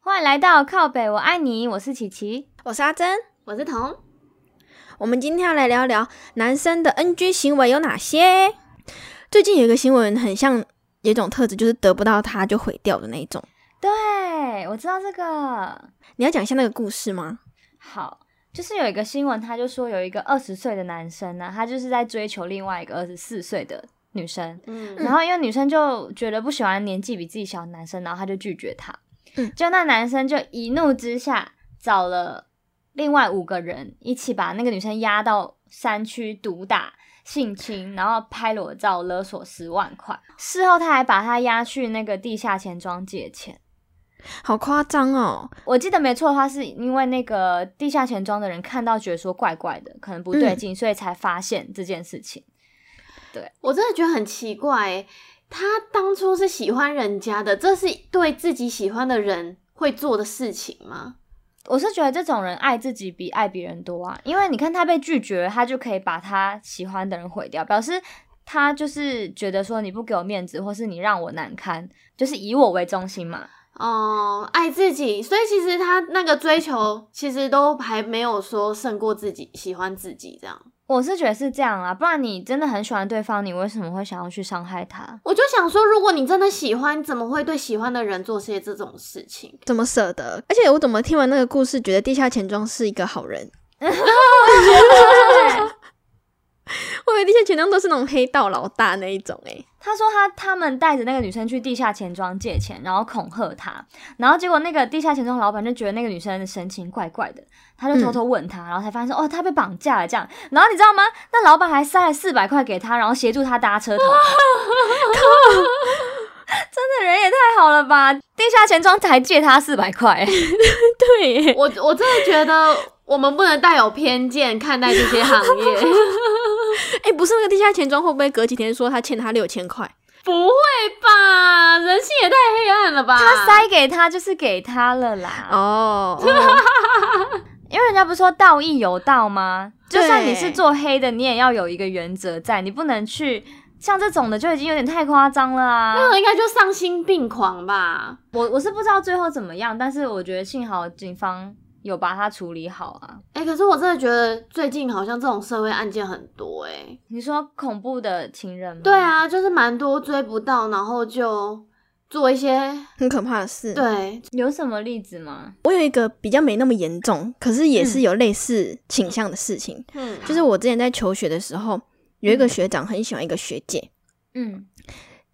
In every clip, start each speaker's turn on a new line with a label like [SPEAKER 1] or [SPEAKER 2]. [SPEAKER 1] 欢迎来到靠北，我爱你，我是琪琪。
[SPEAKER 2] 我是阿珍。
[SPEAKER 3] 我是彤，
[SPEAKER 2] 我们今天要来聊聊男生的 NG 行为有哪些。最近有一个新闻很像，有一种特质就是得不到他就毁掉的那一种。
[SPEAKER 1] 对，我知道这个。
[SPEAKER 2] 你要讲一下那个故事吗？
[SPEAKER 1] 好，就是有一个新闻，他就说有一个二十岁的男生呢、他就是在追求另外一个二十四岁的女生，
[SPEAKER 3] 嗯，
[SPEAKER 1] 然后因为女生就觉得不喜欢年纪比自己小的男生，然后他就拒绝她。
[SPEAKER 2] 嗯
[SPEAKER 1] 就那男生就一怒之下找了另外五个人一起把那个女生押到山区毒打。性侵，然后拍裸照勒索十万块。事后他还把她押去那个地下钱庄借钱。
[SPEAKER 2] 好夸张哦！
[SPEAKER 1] 我记得没错的话，是因为那个地下钱庄的人看到觉得说怪怪的，可能不对劲，所以才发现这件事情。
[SPEAKER 3] 我真的觉得很奇怪欸，他当初是喜欢人家的，这是对自己喜欢的人会做的事情吗？
[SPEAKER 1] 我是觉得这种人爱自己比爱别人多啊，因为你看他被拒绝，他就可以把他喜欢的人毁掉，表示他就是觉得说你不给我面子，或是你让我难堪，就是以我为中心嘛。
[SPEAKER 3] 哦、爱自己，所以其实他那个追求其实都还没有说胜过自己，喜欢自己这样。
[SPEAKER 1] 我是觉得是这样啊，不然你真的很喜欢对方，你为什么会想要去伤害他？
[SPEAKER 3] 我就想说，如果你真的喜欢，怎么会对喜欢的人做些这种事情？
[SPEAKER 2] 怎么舍得？而且我怎么听完那个故事，觉得地下钱庄是一个好人？我以为地下钱庄都是那种黑道老大那一种欸诶、
[SPEAKER 1] 他说他他们带着那个女生去地下钱庄借钱，然后恐吓她，然后结果那个地下钱庄老板就觉得那个女生的神情怪怪的，他就偷偷问她，然后才发现说哦，她被绑架了这样。然后你知道吗？那老板还塞了四百块给她，然后协助她搭车逃跑。真的人也太好了吧！地下钱庄才借她四百块，
[SPEAKER 2] 对耶，
[SPEAKER 3] 我我真的觉得我们不能带有偏见看待这些行业，
[SPEAKER 2] 哎、不是那个地下钱庄会不会隔几天说他欠他六千块？
[SPEAKER 3] 不会吧？人性也太黑暗了吧？
[SPEAKER 1] 他塞给她就是给她了啦。
[SPEAKER 2] 哦，
[SPEAKER 1] 因为人家不是说道义有道吗？就
[SPEAKER 2] 对
[SPEAKER 1] 算你是做黑的，你也要有一个原则在，你不能去像这种的就已经有点太夸张了啊！
[SPEAKER 3] 那个应该就丧心病狂吧？
[SPEAKER 1] 我我是不知道最后怎么样，但是我觉得幸好警方有把它处理好啊。
[SPEAKER 3] 哎、可是我真的觉得最近好像这种社会案件很多哎、
[SPEAKER 1] 你说恐怖的情人吗？
[SPEAKER 3] 对，啊，就是蛮多追不到，然后就做一些
[SPEAKER 2] 很可怕的事。
[SPEAKER 3] 对，
[SPEAKER 1] 有什么例子吗？
[SPEAKER 2] 我有一个比较没那么严重，可是也是有类似倾向的事情，
[SPEAKER 3] 嗯，
[SPEAKER 2] 就是我之前在求学的时候，有一个学长很喜欢一个学姐，
[SPEAKER 1] 嗯，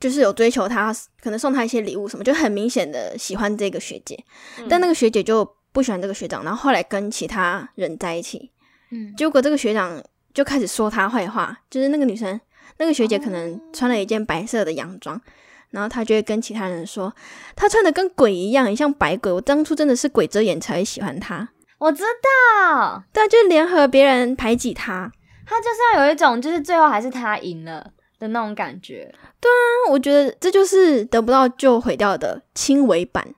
[SPEAKER 2] 就是有追求她，可能送她一些礼物什么，就很明显的喜欢这个学姐，
[SPEAKER 3] 嗯
[SPEAKER 2] 但那个学姐就不喜欢这个学长，然后后来跟其他人在一起，
[SPEAKER 1] 嗯
[SPEAKER 2] 结果这个学长就开始说她坏话，就是那个女生，那个学姐可能穿了一件白色的洋装。然后她就会跟其他人说，她穿的跟鬼一样，很像白鬼。我当初真的是鬼遮眼才会喜欢她。
[SPEAKER 1] 我知道，
[SPEAKER 2] 对啊，就联合别人排挤他。
[SPEAKER 1] 他就是要有一种就是最后还是他赢了的那种感觉。
[SPEAKER 2] 那我觉得这就是得不到就毁掉的轻微版。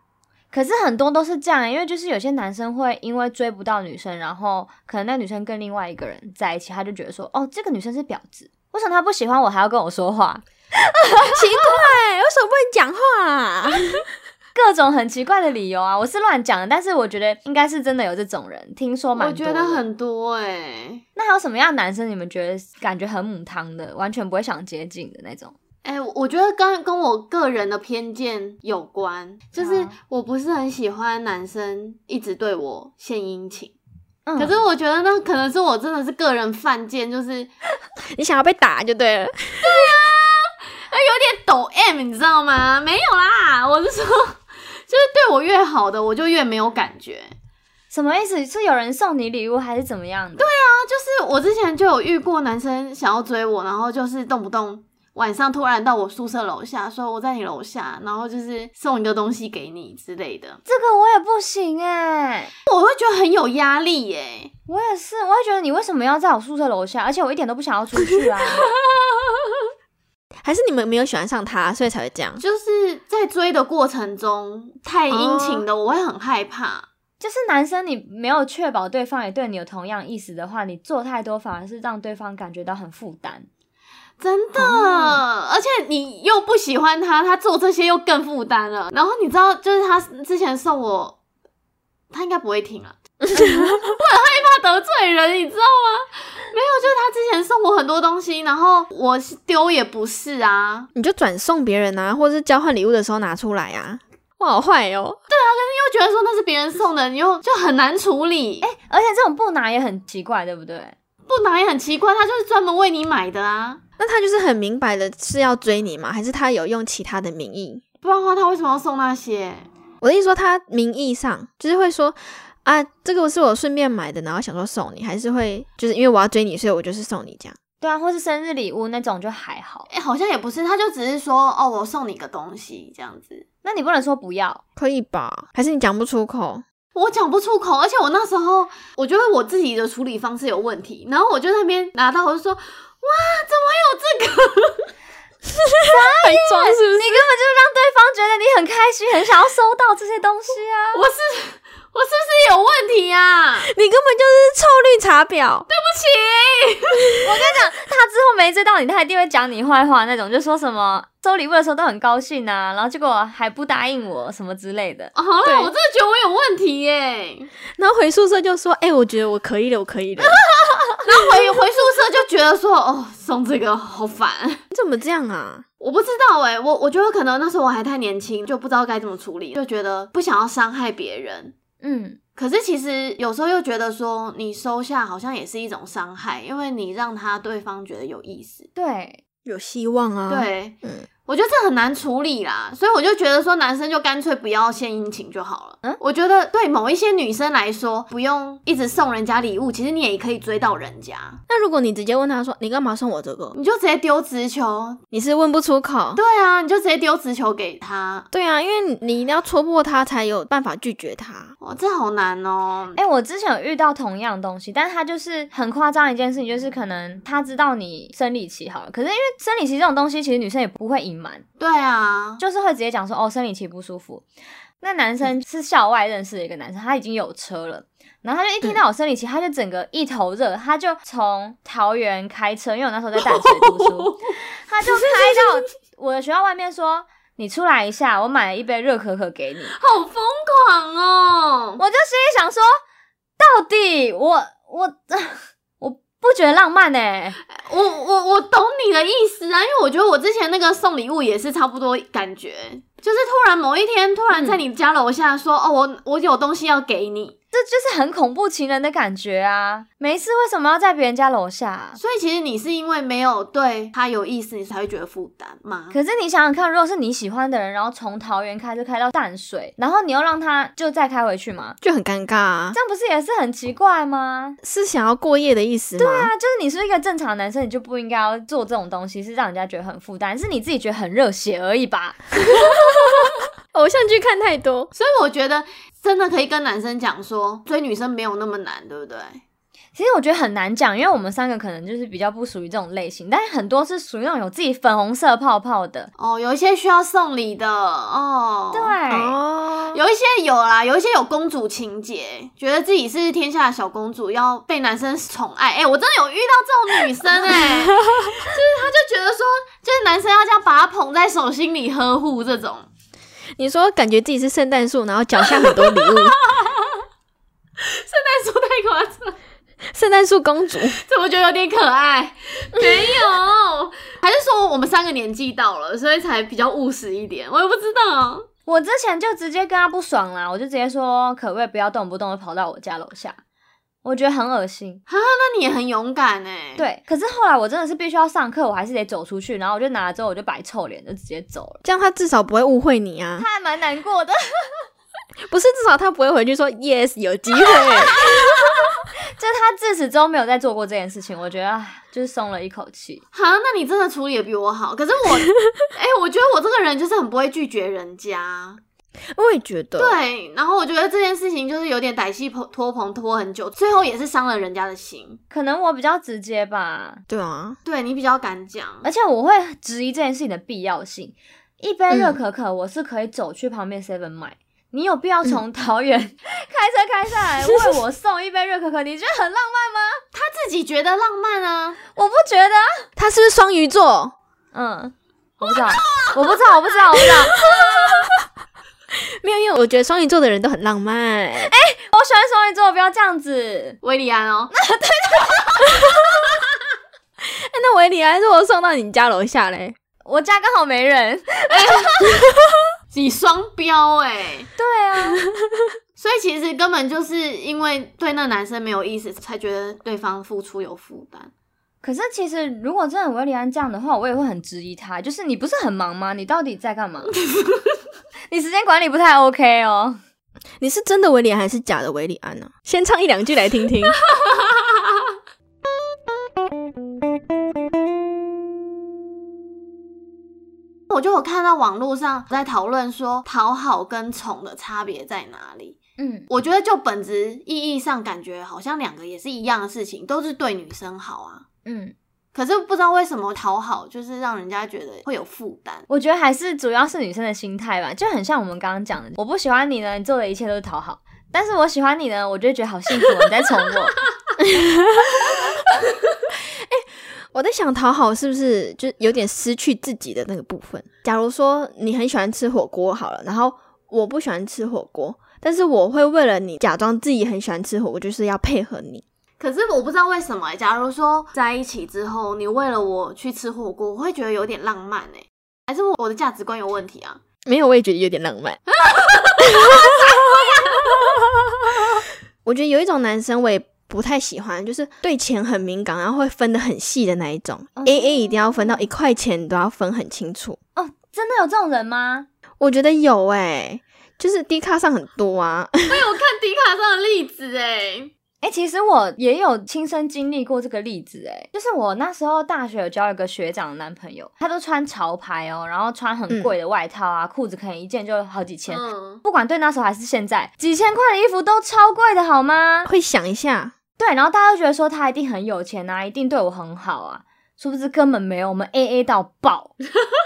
[SPEAKER 1] 可是很多都是这样、欸因为就是有些男生会因为追不到女生，然后可能那女生跟另外一个人在一起，他就觉得说，哦，这个女生是婊子，为什么她不喜欢我还要跟我说话？
[SPEAKER 2] 奇怪，为什么不能讲话、啊？
[SPEAKER 1] 各种很奇怪的理由啊，我是乱讲的，但是我觉得应该是真的有这种人，听说蛮
[SPEAKER 3] 我
[SPEAKER 1] 多
[SPEAKER 3] 觉
[SPEAKER 1] 的
[SPEAKER 3] 得很多哎、
[SPEAKER 1] 那还有什么样的男生你们觉得感觉很母汤的，完全不会想接近的那种？
[SPEAKER 3] 哎、我我觉得跟跟我个人的偏见有关，就是
[SPEAKER 1] 好
[SPEAKER 3] 我不是很喜欢男生一直对我献殷勤，
[SPEAKER 1] 嗯
[SPEAKER 3] 可是我觉得那可能是我真的是个人犯贱，就是欸
[SPEAKER 2] 你想要被打就对了。
[SPEAKER 3] 抖 M，你知道吗？没有啦，我是说，就是对我越好的，我就越没有感觉。
[SPEAKER 1] 什么意思？是有人送你礼物还是怎么样的？对，
[SPEAKER 3] 那就是我之前就有遇过男生想要追我，然后就是动不动晚上突然到我宿舍楼下说我在你楼下，然后就是送一个东西给你之类的，
[SPEAKER 1] 这个我也不行哎、
[SPEAKER 3] 我会觉得很有压力耶、
[SPEAKER 1] 我也是，我也觉得你为什么要在我宿舍楼下？而且我一点都不想要出去啊。
[SPEAKER 2] 还是你们没有喜欢上他，所以才会这样？
[SPEAKER 3] 就是在追的过程中太殷勤的，我会很害怕。
[SPEAKER 1] 就是男生，你没有确保对方也对你有同样意思的话，你做太多反而是让对方感觉到很负担。
[SPEAKER 3] 真的，而且你又不喜欢他，他做这些又更负担了。然后你知道，就是他之前送我他应该不会听啊，我很害怕得罪人，你知道吗？没有，就是他之前送我很多东西，然后我是丢也不是啊，
[SPEAKER 2] 你就转送别人啊，或者是交换礼物的时候拿出来啊。哇，好坏哦！
[SPEAKER 3] 又觉得说那是别人送的，你又就很难处理。哎、
[SPEAKER 1] 而且这种不拿也很奇怪，对不对？
[SPEAKER 3] 不拿也很奇怪，他就是专门为你买的啊，
[SPEAKER 2] 那他就是很明白的是要追你吗？还是他有用其他的名义？
[SPEAKER 3] 不然的话他为什么要送那些？
[SPEAKER 2] 我的意思说，他名义上就是会说啊，这个是我顺便买的，然后想说送你，还是会就是因为我要追你，所以我就是送你这样。
[SPEAKER 1] 对啊，或是生日礼物那种就还好。
[SPEAKER 3] 哎、好像也不是，他就只是说哦，我送你个东西这样子。
[SPEAKER 1] 那你不能说不要，
[SPEAKER 2] 可以吧？还是你讲不出口？
[SPEAKER 3] 我讲不出口，而且我那时候我觉得我自己的处理方式有问题，然后我就在那边拿到，我就说哇，怎么会有这个？
[SPEAKER 2] 还装是不
[SPEAKER 1] 你根本就是让对方觉得你很开心，很想要收到这些东西啊。
[SPEAKER 3] 我是我是不是有问题啊？
[SPEAKER 2] 你根本就是臭绿茶婊。
[SPEAKER 3] 对不起，
[SPEAKER 1] 他之后没追到你，他一定会讲你坏话那种，就说什么收礼物的时候都很高兴啊，然后结果还不答应我什么之类的。
[SPEAKER 3] 哦好
[SPEAKER 2] 对
[SPEAKER 3] 了，我真的觉得我有问题耶、
[SPEAKER 2] 然后回宿舍就说：“哎、我觉得我可以了，我可以了。
[SPEAKER 3] 然后回回宿舍就觉得说哦，送这个好烦。
[SPEAKER 2] 你怎么这样啊？
[SPEAKER 3] 我不知道哎、我我觉得可能那时候我还太年轻，就不知道该怎么处理，就觉得不想要伤害别人。
[SPEAKER 1] 嗯，
[SPEAKER 3] 可是其实有时候又觉得说，你收下好像也是一种伤害，因为你让他对方觉得有意思。
[SPEAKER 1] 对，
[SPEAKER 2] 有希望啊。，
[SPEAKER 3] 对，
[SPEAKER 2] 嗯
[SPEAKER 3] 我觉得这很难处理啦，所以我就觉得说，男生就干脆不要献殷勤就好了。
[SPEAKER 1] 嗯
[SPEAKER 3] 我觉得对某一些女生来说，不用一直送人家礼物，其实你也可以追到人家，
[SPEAKER 2] 那如果你直接问他说：“你干嘛送我这个
[SPEAKER 3] 你就直接丢直球。？”
[SPEAKER 2] 你是问不出口。
[SPEAKER 3] 对啊，你就直接丢直球给他。
[SPEAKER 2] 对啊，因为你一定要戳破他，才有办法拒绝他。
[SPEAKER 3] 哇，这好难哦！
[SPEAKER 1] 哎、我之前有遇到同样东西，但是他就是很夸张的一件事情，就是可能他知道你生理期好了，可是因为生理期这种东西，其实女生也不会隐瞒，
[SPEAKER 3] 对啊，
[SPEAKER 1] 就是会直接讲说哦，生理期不舒服。那男生是校外认识的一个男生，他已经有车了，然后他就一听到我生理期，他就整个一头热，他就从桃园开车，因为我那时候在淡水读书，他就开到我的学校外面说：“你出来一下，我买了一杯热可可给你。”
[SPEAKER 3] 好疯狂哦！
[SPEAKER 1] 我就心里想说，到底我我 我不觉得浪漫呢、欸
[SPEAKER 3] 我我我懂你的意思啊，因为我觉得我之前那个送礼物也是差不多感觉，就是突然某一天突然在你家楼下说、哦，我我有东西要给你，
[SPEAKER 1] 这就是很恐怖情人的感觉啊！没事，为什么要在别人家楼下啊、
[SPEAKER 3] 所以其实你是因为没有对他有意思，你才会觉得负担吗？
[SPEAKER 1] 可是你想想看，如果是你喜欢的人，然后从桃园开就开到淡水，然后你又让他就再开回去吗？
[SPEAKER 2] 就很尴尬啊，
[SPEAKER 1] 这样不是也是很奇怪吗？
[SPEAKER 2] 是想要过夜的意思吗？对
[SPEAKER 1] 对啊，就是你是一个正常男生，你就不应该要做这种东西，是让人家觉得很负担，是你自己觉得很热血而已吧？
[SPEAKER 2] 偶像剧看太多，
[SPEAKER 3] 所以我觉得真的可以跟男生讲说，追女生没有那么难，对不对？
[SPEAKER 1] 其实我觉得很难讲，因为我们三个可能就是比较不属于这种类型，但是很多是属于那种有自己粉红色泡泡的。
[SPEAKER 3] 哦，有一些需要送礼的哦，
[SPEAKER 1] 对，。啊
[SPEAKER 2] 哦，
[SPEAKER 3] 有一些有啦，有一些有公主情节，觉得自己是天下的小公主，要被男生宠爱。哎、我真的有遇到这种女 生哎、就是她就觉得说，就是男生要这样把她捧在手心里呵护这种。
[SPEAKER 2] 你说感觉自己是圣诞树，然后脚下很多 礼物，
[SPEAKER 3] 但说太夸张，
[SPEAKER 2] 圣诞树公主，
[SPEAKER 3] 怎么觉得有点可爱？ 没有， 还是说我们三个年纪到了，所以才比较务实一点？我也不知道。
[SPEAKER 1] 我之前就直接跟他不爽啦，我就直接说可不可以不要动不动的跑到我家楼下，我觉得很恶 心。
[SPEAKER 3] 那你也很勇敢哎、，
[SPEAKER 1] 对，可是后来我真的是必须要上课，我还是得走出去，然后我就拿了之后我就摆臭脸就直接走了，
[SPEAKER 2] 这样他至少不会误会你啊。
[SPEAKER 1] 他还蛮难过的，
[SPEAKER 2] 不是，至少他不会回去说 yes 有机会。
[SPEAKER 1] 就他自始终没有再做过这件事情，我觉得唉就是松了一口气。
[SPEAKER 3] 好，那你真的处理的比我好。可是 我，哎、我觉得我这个人就是很不会拒绝人家。
[SPEAKER 2] 我也觉得，，
[SPEAKER 3] 对，然后我觉得这件事情就是有点歹戏拖拖棚拖很久，最后也是伤了人家的心。
[SPEAKER 1] 可能我比较直接吧，
[SPEAKER 2] 对啊，
[SPEAKER 3] 对你比较敢讲，
[SPEAKER 1] 而且我会质疑这件事情的必要性。一杯热可可，我是可以走去旁边 Seven 买。你有必要从桃园、 开车开下 来为我送一杯热可可？你觉得很浪
[SPEAKER 3] 他自己觉得浪漫啊，
[SPEAKER 1] 漫？我不觉得啊。
[SPEAKER 2] 他是不是双鱼座？
[SPEAKER 1] 嗯，我不知道，我不知道，我不知道，我不知道。
[SPEAKER 2] 没有，因为我觉得双鱼座的人都很浪漫。 哎、
[SPEAKER 1] 我喜欢双鱼座，不要这样子。
[SPEAKER 3] 维里安哦，
[SPEAKER 2] 那维里安如果送到你家楼下嘞，
[SPEAKER 1] 我家刚好没人。
[SPEAKER 3] 你双标哎、
[SPEAKER 1] 对啊，
[SPEAKER 3] 所以其实根本就是因为对那男生没有意思，才觉得对方付出有负担。
[SPEAKER 1] 可是其实如果真的维里安这样的话，我也会很质疑他。就是你不是很忙吗？你到底在 干嘛？你时间管理不太 OK 哦。
[SPEAKER 2] 你是真的维里安还是假的维里安呢、啊先唱一两句来听 听。
[SPEAKER 3] 我就有看到网络上在讨论说讨好跟宠的差别在哪里。
[SPEAKER 1] 嗯，
[SPEAKER 3] 我觉得就本质意义上，感觉好像两个也是一样的事情，都是对女生好啊。
[SPEAKER 1] 嗯，
[SPEAKER 3] 可是不知道为什么讨好就是让人家觉得会有负担。
[SPEAKER 1] 我觉得还是主要是女生的心态吧，就很像我们刚刚讲的，我不喜欢你呢，你做的一切都是讨好；但是我喜欢你呢，我就会觉得好幸福，你在宠我。
[SPEAKER 2] 我在想讨好是不是就有点失去自己的那个部分？假如说你很喜欢吃火锅好了，然后我不喜欢吃火锅，但是我会为了你假装自己很喜欢吃火锅，就是要配合你。
[SPEAKER 3] 可是我不知道为什么欸、假如说在一起之后，你为了我去吃火锅，我会觉得有点浪漫哎、还是我的价值观有问题啊？
[SPEAKER 2] 没有，我也觉得有点 浪漫。我觉得有一种男生我也不太喜欢，就是对钱很敏感，然后会分得很细的那一种。
[SPEAKER 1] 嗯
[SPEAKER 2] A A 一定要分到一块钱都要分很清楚。
[SPEAKER 1] 哦，真的有这种人吗？
[SPEAKER 2] 我觉得有诶、就是低卡上很多啊。
[SPEAKER 3] 我看迪卡上的例子哎、
[SPEAKER 1] 哎、其实我也有亲身经历过这个例子、哎，就是我那时候大学有交一个学长的男朋友，他都穿潮牌哦，然后穿很贵的外套啊，裤子可能一件就好几千，
[SPEAKER 3] 嗯，
[SPEAKER 1] 不管对那时候还是现在，几千块的衣服都超贵的好吗？
[SPEAKER 2] 会想一下，
[SPEAKER 1] 对，然后大家都觉得说他一定很有钱啊，一定对我很好啊，殊不知根本没有，我们 A A 到爆。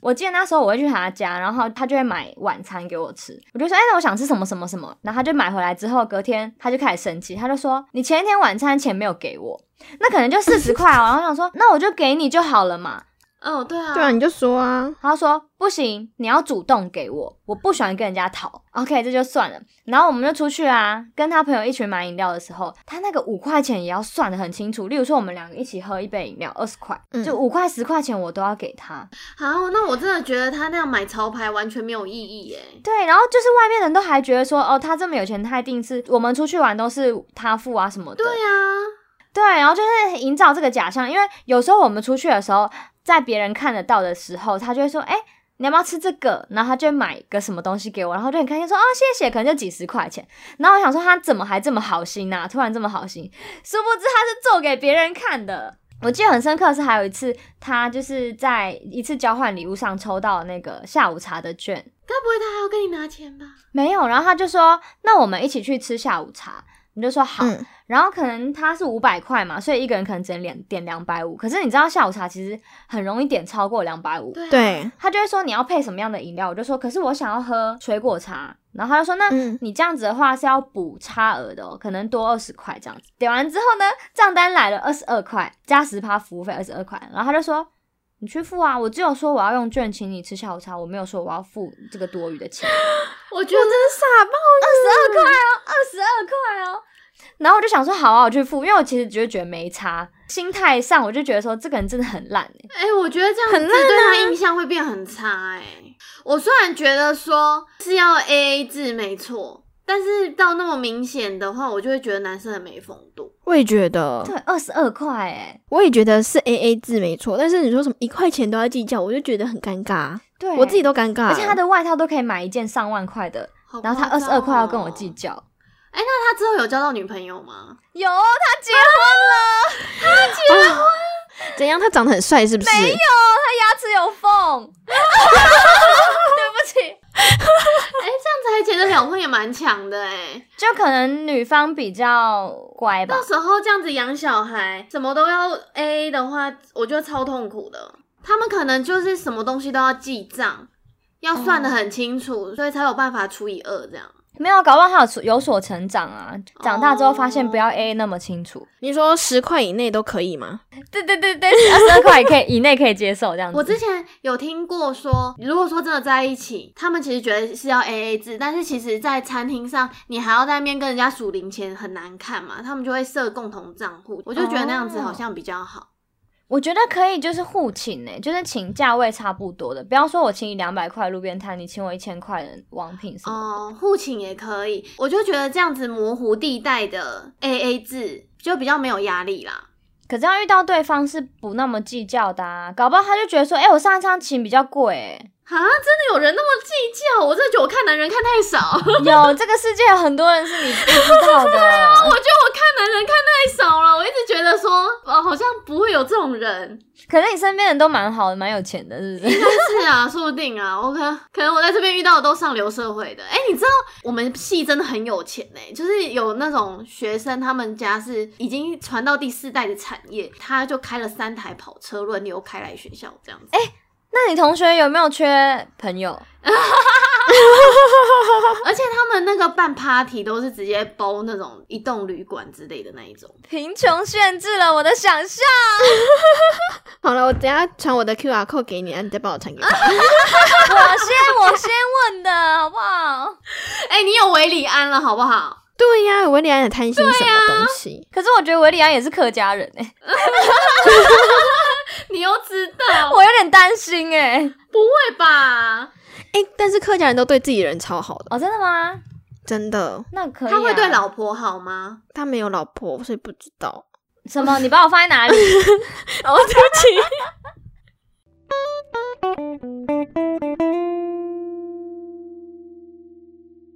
[SPEAKER 1] 我记得那时候我会去他家，然后他就会买晚餐给我吃，我就说，哎、那我想吃什么什么什么，然后他就买回来之后，隔天他就开始生气，他就说，你前一天晚餐钱没有给我，那可能就四十块哦，然后我想说，那我就给你就好了嘛。
[SPEAKER 3] 哦，对啊，
[SPEAKER 2] 对啊，你就说啊，
[SPEAKER 1] 他说不行，你要主动给我，我不喜欢跟人家讨。OK，这就算了。然后我们就出去啊，跟他朋友一起买饮料的时候，他那个五块钱也要算的很清楚。例如说，我们两个一起喝一杯饮料，二十块，
[SPEAKER 2] 嗯
[SPEAKER 1] 就五块十块钱我都要给他。
[SPEAKER 3] 好，那我真的觉得他那样买潮牌完全没有意义哎、
[SPEAKER 1] 对，然后就是外面人都还觉得说，哦，他这么有钱，他一定是我们出去玩都是他付啊什么的。
[SPEAKER 3] 对啊，
[SPEAKER 1] 对，然后就是营造这个假象，因为有时候我们出去的时候，在别人看得到的时候，他就会说：“哎、你要不要吃这个？”然后他就会买个什么东西给我，然后就很开心说：“哦，谢谢。”可能就几十块钱。然后我想说，他怎么还这么好心呐、突然这么好心，殊不知他是做给别人看的。我记得很深刻的是，还有一次，他就是在一次交换礼物上抽到那个下午茶的券，
[SPEAKER 3] 该不会他还要跟你拿钱吧？
[SPEAKER 1] 没有，然后他就说：“那我们一起去吃下午茶。”你就说好，
[SPEAKER 2] 嗯
[SPEAKER 1] 然后可能它是五百块嘛，所以一个人可能只能点点两百五。可是你知道下午茶其实很容易点超过两百五，
[SPEAKER 3] 对啊，
[SPEAKER 2] 对，
[SPEAKER 1] 他就会说你要配什么样的饮料，我就说可是我想要喝水果茶，然后他就说那。
[SPEAKER 2] 嗯，
[SPEAKER 1] 你这样子的话是要补差额的哦，可能多二十块这样子。点完之后呢，账单来了二十二块，加十趴服务费二十二块，然后他就说你去付啊，我只有说我要用券请你吃下午茶，我没有说我要付这个多余的钱。
[SPEAKER 3] 我觉得
[SPEAKER 2] 傻爆，
[SPEAKER 1] 二十二块哦。然后我就想说，好啊，我去付，因为我其实就觉得没差，心态上我就觉得说这个人真的很烂、欸、
[SPEAKER 3] 哎、我觉得这样子
[SPEAKER 2] 很烂
[SPEAKER 3] 对
[SPEAKER 1] 啊
[SPEAKER 3] 他印象会变很差哎、我虽然觉得说是要 A A 制没错，但是到那么明显的话，我就会觉得男生很没风度。
[SPEAKER 2] 我也觉
[SPEAKER 3] 哦
[SPEAKER 2] 得，
[SPEAKER 1] 对，二十二块哎，
[SPEAKER 2] 我也觉得是 A A 制没错，但是你说什么一块钱都要计较，我就觉得很尴尬，
[SPEAKER 1] 对
[SPEAKER 2] 我自己，都尴尬。
[SPEAKER 1] 而且他，的外套都可以买一件上万块的，
[SPEAKER 3] 啊好
[SPEAKER 1] 然后他
[SPEAKER 3] 夸
[SPEAKER 1] 二
[SPEAKER 3] 张
[SPEAKER 1] 十
[SPEAKER 3] 哦
[SPEAKER 1] 二块要跟我计。较，
[SPEAKER 3] 哎、那他之后有交到女朋友吗？
[SPEAKER 1] 有他结婚了，
[SPEAKER 2] 怎样？他长得很帅是不是？
[SPEAKER 1] 没有，他牙齿有缝， 对不起，
[SPEAKER 3] 哎、这样子还结得了婚也蛮强的哎、
[SPEAKER 1] 就可能女方比较乖吧
[SPEAKER 3] 到，时候这样子养小孩，什么都要 A A 的话，我觉得超痛苦的。他们可能就是
[SPEAKER 1] 哦
[SPEAKER 3] 什么东西都要记账，要算得很清楚，所以才有办法除以二这样。
[SPEAKER 1] 没有，搞不好他有所有所成长啊。长大之后发现不要
[SPEAKER 3] 哦
[SPEAKER 1] A A 那么清楚，
[SPEAKER 2] 你说十块以内都可以吗？
[SPEAKER 1] 对对对对，二十块以可以以内可以接受这样子。
[SPEAKER 3] 我之前有听过说，如果说真的在一起，他们其实觉得是要 A A 制，但是其实，在餐厅上你还要在那边跟人家数零钱，很难看嘛，他们就会设共同账户。我就觉得那样
[SPEAKER 1] 哦
[SPEAKER 3] 子好像比较好。
[SPEAKER 1] 我觉得可以，就是互请呢、就是请价位差不多的，不要说我请你两百块路边摊，你请我一千块的王品什么的。
[SPEAKER 3] 哦，互请也可以，我就觉得这样子模糊地带的 A A 制就比较没有压力啦。
[SPEAKER 1] 可这样遇到对方是不那么计较的啊，搞不好他就觉得说，哎、我上一趟请比较贵、欸，
[SPEAKER 3] 啊，真的有人那么计较？我真的觉得我看男人看太少， 我觉得
[SPEAKER 1] 有这个世界有很多人是你不知道的。啊
[SPEAKER 3] 我看男人看太少了。我一直觉得说，哦，好像不会有这种人。
[SPEAKER 1] 可是你身边人都蛮好的，蛮有钱的，是不是？
[SPEAKER 3] 是啊， 说不定啊，我可可能我在这边遇到的都上流社会的。哎、你知道我们系真的很有钱哎、就是有那种学生，他们家是已经传到第四代的产业，他就开了三台跑车轮流开来学校这样子。哎、
[SPEAKER 1] 那你同学有没有缺朋友？
[SPEAKER 3] 而且他们那个办 party 都是直接包那种一栋旅馆之类的那一种。
[SPEAKER 1] 贫穷限制了我的想象。
[SPEAKER 2] 好了，我等一下传我的 QR code 给你，啊，你再帮我传给他。
[SPEAKER 1] 我先我先问的好不好？
[SPEAKER 3] 哎、你有维里安了好不好？
[SPEAKER 2] 对呀、维利安啊很贪心什么东西？
[SPEAKER 1] 可是我觉得维里安也是客家人哎、
[SPEAKER 3] 你又知道？
[SPEAKER 1] 我有点担心哎、
[SPEAKER 3] 不会吧？
[SPEAKER 2] 哎、但是客家人都对自己人超好的，
[SPEAKER 1] 哦，真的吗？
[SPEAKER 2] 真的。
[SPEAKER 1] 那可以、啊。
[SPEAKER 3] 他会对老婆好吗？
[SPEAKER 2] 他没有老婆，所以不知道。
[SPEAKER 1] 什么？你把我放在哪 里？
[SPEAKER 2] 哦，对不起。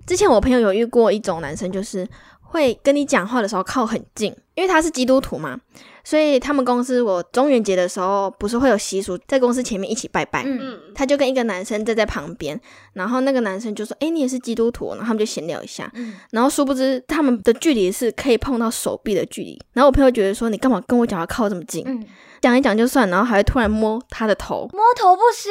[SPEAKER 2] 之前我朋友有遇过一种男生，就是会跟你讲话的时候靠很近，因为他是基督徒嘛，所以他们公司我中元节的时候不是会有习俗，在公司前面一起拜拜。
[SPEAKER 1] 嗯
[SPEAKER 3] 嗯，
[SPEAKER 2] 他就跟一个男生站在旁边，然后那个男生就说：“哎、你也是基督徒哦？”然后他们就闲聊一下，
[SPEAKER 1] 嗯
[SPEAKER 2] 然后殊不知他们的距离是可以碰到手臂的距离。然后我朋友觉得说：“你干嘛跟我讲话靠这么近？”
[SPEAKER 1] 嗯，
[SPEAKER 2] 讲一讲就算，然后还会突然摸他的头。
[SPEAKER 1] 摸头不行，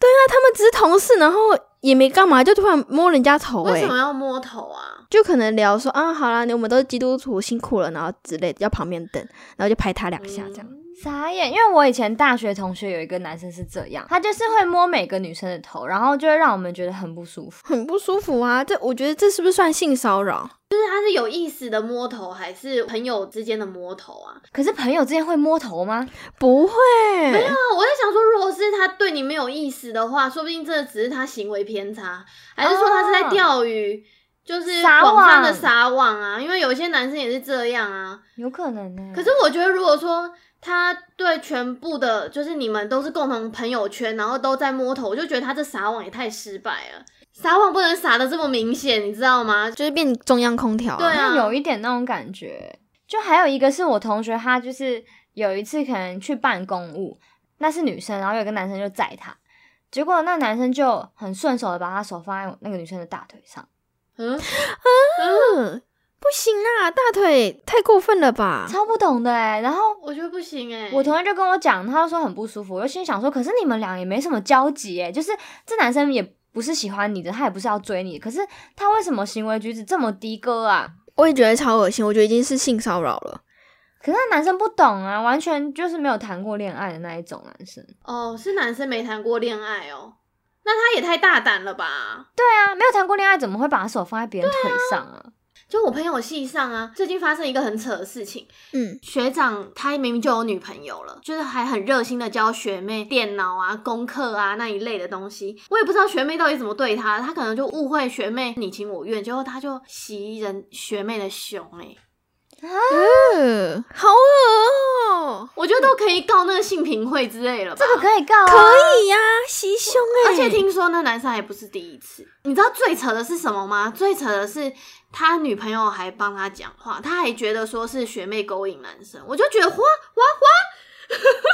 [SPEAKER 2] 那他们只是同事，然后也没干嘛，就突然摸人家头、
[SPEAKER 3] 为
[SPEAKER 2] 欸，
[SPEAKER 3] 什么要摸头啊？
[SPEAKER 2] 就可能聊说啊，好啦，你我们都是基督徒，辛苦了，然后之类的，要旁边等，然后就拍他两下
[SPEAKER 3] 嗯
[SPEAKER 2] 这样。
[SPEAKER 1] 傻眼。因为我以前大学同学有一个男生是这样，他就是会摸每个女生的头，然后就会让我们觉得很不舒服。
[SPEAKER 2] 很不舒服啊！这我觉得这是不是算性骚扰？
[SPEAKER 3] 就是他是有意识的摸头，还是朋友之间的摸头啊？
[SPEAKER 1] 可是朋友之间会摸头吗？
[SPEAKER 2] 不会，
[SPEAKER 3] 那啊我在想说，如果是他对你没有意思的话，说不定这只是他行为偏差，还是说他是在钓鱼，就是
[SPEAKER 1] 啊撒网
[SPEAKER 3] 网上的撒网啊？因为有些男生也是这样啊。
[SPEAKER 1] 有可能呢、
[SPEAKER 3] 可是我觉得，如果说他对全部的，就是你们都是共同朋友圈，然后都在摸头，我就觉得他这撒网也太失败了。撒网不能撒的这么明显，你知道吗？
[SPEAKER 2] 就是变中央空调、啊。
[SPEAKER 3] 对啊
[SPEAKER 1] 像有一点那种感觉。就还有一个是我同学，他就是有一次可能去办公务，那是女生，然后有一个男生就载她，结果那男生就很顺手的把他手放在那个女生的大腿上，
[SPEAKER 3] 嗯，
[SPEAKER 2] 嗯，不行啊，大腿太过分了吧？
[SPEAKER 1] 超不懂的哎、然后
[SPEAKER 3] 我觉得不行哎、
[SPEAKER 1] 我同学就跟我讲，他就说很不舒服，我就心想说，可是你们俩也没什么交集哎，就是这男生也不是喜欢你的，他也不是要追你，可是他为什么行为举止这么低歌啊？
[SPEAKER 2] 我也觉得超恶心，我觉得已经是性骚扰了。
[SPEAKER 1] 可是那男生不懂啊，完全就是没有谈过恋爱的那一种男生。
[SPEAKER 3] 哦，是男生没谈过恋爱哦，那他也太大胆了吧？
[SPEAKER 1] 对啊，没有谈过恋爱怎么会把手放在别人腿上啊？
[SPEAKER 3] 就我朋友系上啊，最近发生一个很扯的事情，
[SPEAKER 2] 嗯，
[SPEAKER 3] 学长他明明就有女朋友了，就是还很热心的教学妹电脑啊、功课啊那一类的东西。我也不知道学妹到底怎么对他，他可能就误会学妹你情我愿，结果他就袭人学妹的胸、欸，
[SPEAKER 2] 呃，好恶哦、
[SPEAKER 3] 我觉得都可以告那个性平会之类了吧。
[SPEAKER 1] 这个可以告、啊，
[SPEAKER 2] 可以呀、袭胸哎、
[SPEAKER 3] 而且听说那男生还不是第一次，你知道最扯的是什么吗？最扯的是他女朋友还帮他讲话，他还觉得说是学妹勾引男生，我就觉得花花花，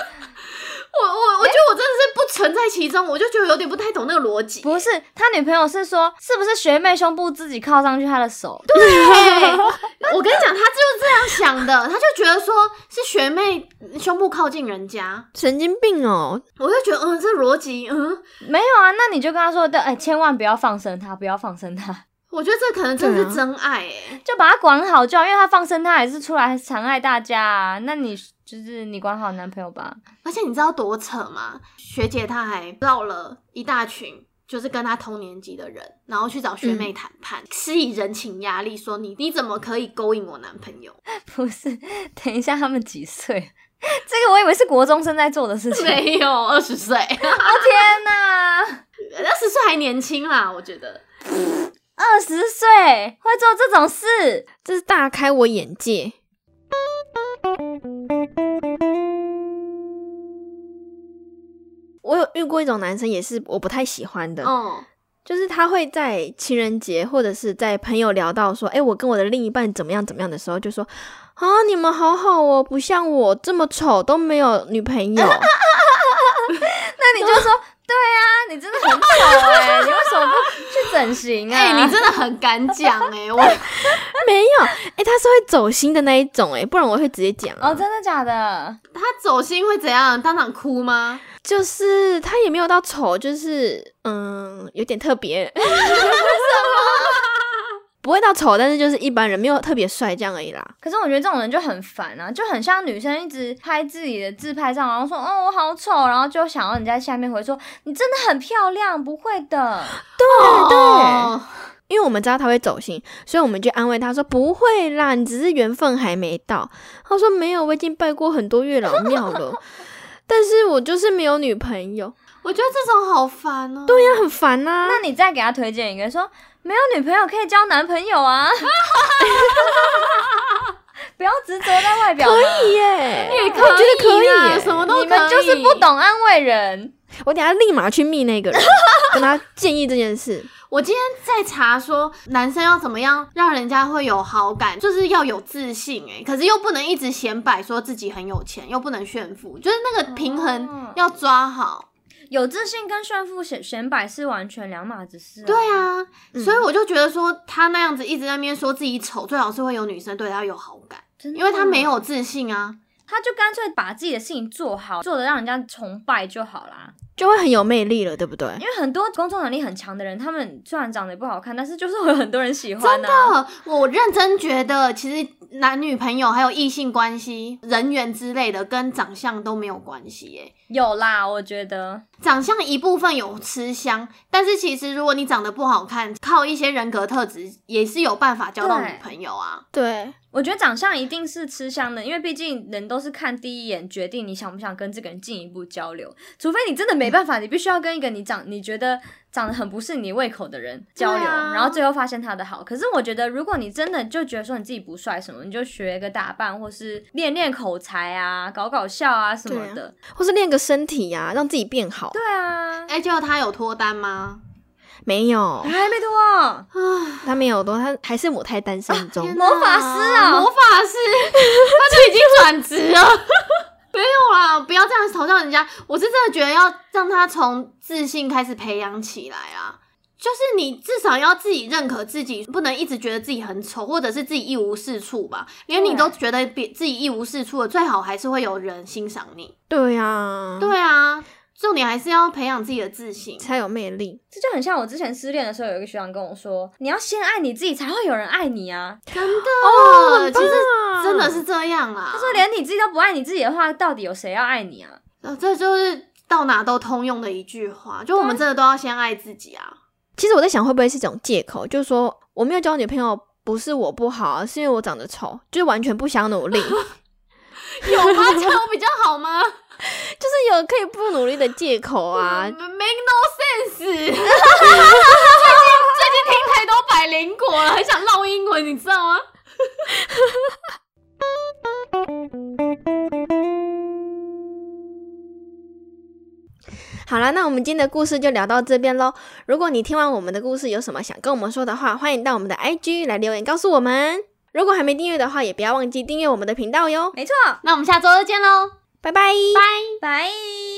[SPEAKER 3] 我我我觉得我真的是不存在其中，我就觉得有点不太懂那个逻辑。
[SPEAKER 1] 不是他女朋友是说，是不是学妹胸部自己靠上去他的手？对，
[SPEAKER 3] 对， 我跟你讲，他就是这样想的，他就觉得说是学妹胸部靠近人家，
[SPEAKER 2] 神经病哦、
[SPEAKER 3] 我就觉得嗯，这逻辑嗯，
[SPEAKER 1] 没有啊，那你就跟他说的，哎、千万不要放生他，不要放生他。
[SPEAKER 3] 我觉得这可能真的
[SPEAKER 2] 对
[SPEAKER 3] 是
[SPEAKER 2] 啊
[SPEAKER 3] 真爱哎、
[SPEAKER 1] 就把他管好就好，因为他放生他还是出来残害大家、啊。那你就是你管好男朋友吧。
[SPEAKER 3] 而且你知道多扯吗？学姐她还绕了一大群，就是跟她同年级的人，然后去找
[SPEAKER 2] 嗯
[SPEAKER 3] 学妹谈判，施以人情压力，说你你怎么可以勾引我男朋 友？
[SPEAKER 1] 不是，等一下他们几岁？这个我以为是国中生在做的事情。哦
[SPEAKER 3] 没有，二十岁，
[SPEAKER 1] 天哪，
[SPEAKER 3] 二十岁还年轻啦，我觉得。
[SPEAKER 1] 二十岁会做这种事？
[SPEAKER 2] 这是大开我眼界。我有遇过一种男生，也是我不太喜欢的，
[SPEAKER 3] 嗯，
[SPEAKER 2] 就是他会在情人节或者是在朋友聊到说，哎、我跟我的另一半怎么样怎么样的时候，就说啊，你们好好哦，不像我这么丑都没有女朋友。
[SPEAKER 1] 那你就说，对啊，你真的很丑哎、你为什么不去整形啊？
[SPEAKER 3] 哎、你真的很敢讲哎、
[SPEAKER 2] 没有，
[SPEAKER 3] 我
[SPEAKER 2] 哎、他是会走心的那一种、哎，不然我会直接讲、
[SPEAKER 1] 哦，真的假的？
[SPEAKER 3] 他走心会怎样？当场哭吗？
[SPEAKER 2] 就是他也没有到丑，就是嗯，有点特别， 不会到丑，但是就是一般人，没有特别帅这样而已啦。
[SPEAKER 1] 可是我觉得这种人就很烦啊，就很像女生一直拍自己的自拍照，然后说哦我好丑，然后就想要人家下面回说你真的很漂亮，不会的。
[SPEAKER 2] 对对。
[SPEAKER 3] 哦
[SPEAKER 2] 因为我们知道他会走心，所以我们就安慰他说：“不会啦，你只是缘分还没到。”他说：“没有，我已经拜过很多月老庙了， 但是我就是没有女朋友。
[SPEAKER 3] 我觉得这种好烦哦、对呀、”
[SPEAKER 2] 他很烦啊 呐、
[SPEAKER 1] 那你再给他推荐一个说没有女朋友可以交男朋友 啊， 不要执着在外表嘛，
[SPEAKER 3] 啊
[SPEAKER 2] 可以耶，
[SPEAKER 3] 也
[SPEAKER 2] 我觉得可以
[SPEAKER 3] 啊
[SPEAKER 2] 耶。
[SPEAKER 3] 什么都
[SPEAKER 1] 你们就是
[SPEAKER 3] 可以
[SPEAKER 1] 不。懂安慰人。
[SPEAKER 2] 我等一下立马去密那个 人，跟他建议这件事。
[SPEAKER 3] 我今天在查说男生要怎么样让人家会有好感，就是要有自信哎、可是又不能一直显摆说自己很有钱，又不能炫富，就是那个平衡
[SPEAKER 1] 哦
[SPEAKER 3] 要抓好。
[SPEAKER 1] 有自信跟炫富显显摆是完全两码子事、
[SPEAKER 3] 对，啊，
[SPEAKER 2] 嗯
[SPEAKER 3] 所以我就觉得说他那样子一直在那边说自己丑，最好是会有女生对他有好感，
[SPEAKER 1] 真的啊
[SPEAKER 3] 因为他没，有自信啊。
[SPEAKER 1] 他就干脆把自己的事情做好，做的让人家崇拜就好啦。
[SPEAKER 2] 就会很有魅力了，对不对？
[SPEAKER 1] 因为很多工作能力很强的人，他们虽然长得也不好看，但是就是会有很多人喜欢、啊。真的，
[SPEAKER 3] 呃，我认真觉得，其实男女朋友还有异性关系、人缘之类的，跟长相都没有关系耶。
[SPEAKER 1] 有啦，我觉得
[SPEAKER 3] 长相一部分有吃香，但是其实如果你长得不好看，靠一些人格特质也是有办法交到
[SPEAKER 1] 对
[SPEAKER 3] 女朋友啊。
[SPEAKER 2] 对，
[SPEAKER 1] 我觉得长相一定是吃香的，因为毕竟人都是看第一眼决定你想不想跟这个人进一步交流，除非你真的没办法，你必须要跟一个你长你觉得长得很不是你胃口的人交流，
[SPEAKER 3] 对啊
[SPEAKER 1] 然后最后发现他的好。可是我觉得，如果你真的就觉得说你自己不帅什么，你就学个打扮，或是练练口才啊，搞搞笑啊什么的。
[SPEAKER 2] 或是练个身体呀、让自己变好。
[SPEAKER 1] 对啊，哎
[SPEAKER 3] 哎、结果他有脱单吗？
[SPEAKER 2] 没有，
[SPEAKER 1] 还没脱。哦
[SPEAKER 3] 啊，
[SPEAKER 2] 他没有多，他还是母胎单身中。
[SPEAKER 3] 天哪
[SPEAKER 1] 魔法师啊
[SPEAKER 3] 魔法师， 他就已经转职了。 没有啦，不要这样嘲笑人家。我是真的觉得要让他从自信开始培养起来啊，就是你至少要自己认可自己，不能一直觉得自己很丑，或者是自己一无是处吧。连你
[SPEAKER 1] 对
[SPEAKER 3] 都觉得别自己一无是处了，最好还是会有人欣赏你。
[SPEAKER 2] 对呀、
[SPEAKER 3] 对啊，重点还是要培养自己的自信。
[SPEAKER 2] 才有魅力。
[SPEAKER 1] 这就很像我之前失恋的时候，有一个学长跟我说：“你要先爱你自己，才会有人爱你啊。
[SPEAKER 3] 真的，哦、其实
[SPEAKER 2] 啊
[SPEAKER 3] 真的是这样啊。”
[SPEAKER 1] 他说：“连你自己都不爱你自己的话，到底有谁要爱你啊
[SPEAKER 3] 呃，这就是到哪都通用的一句话，就我们真的都要先爱自己啊。
[SPEAKER 2] 其实我在想，会不会是一种借口，就是说我没有交女朋友，不是我不好，是因为我长得丑，就是完全不想努力，就是
[SPEAKER 3] 有吗？这样有比较好 吗？
[SPEAKER 2] 有可以不努力的借口啊
[SPEAKER 3] 嗯。，make no sense。最近最近听太多百灵果了，很想唠英文，你知道吗？
[SPEAKER 2] 好啦，那我们今天的故事就聊到这边喽。如果你听完我们的故事有什么想跟我们说的话，欢迎到我们的 IG 来留言告诉我们。如果还没订阅的话，也不要忘记订阅我们的频道哟？”。
[SPEAKER 1] 没错，
[SPEAKER 3] 那我们下周再见喽，
[SPEAKER 2] 拜拜。
[SPEAKER 3] 拜。
[SPEAKER 1] 拜。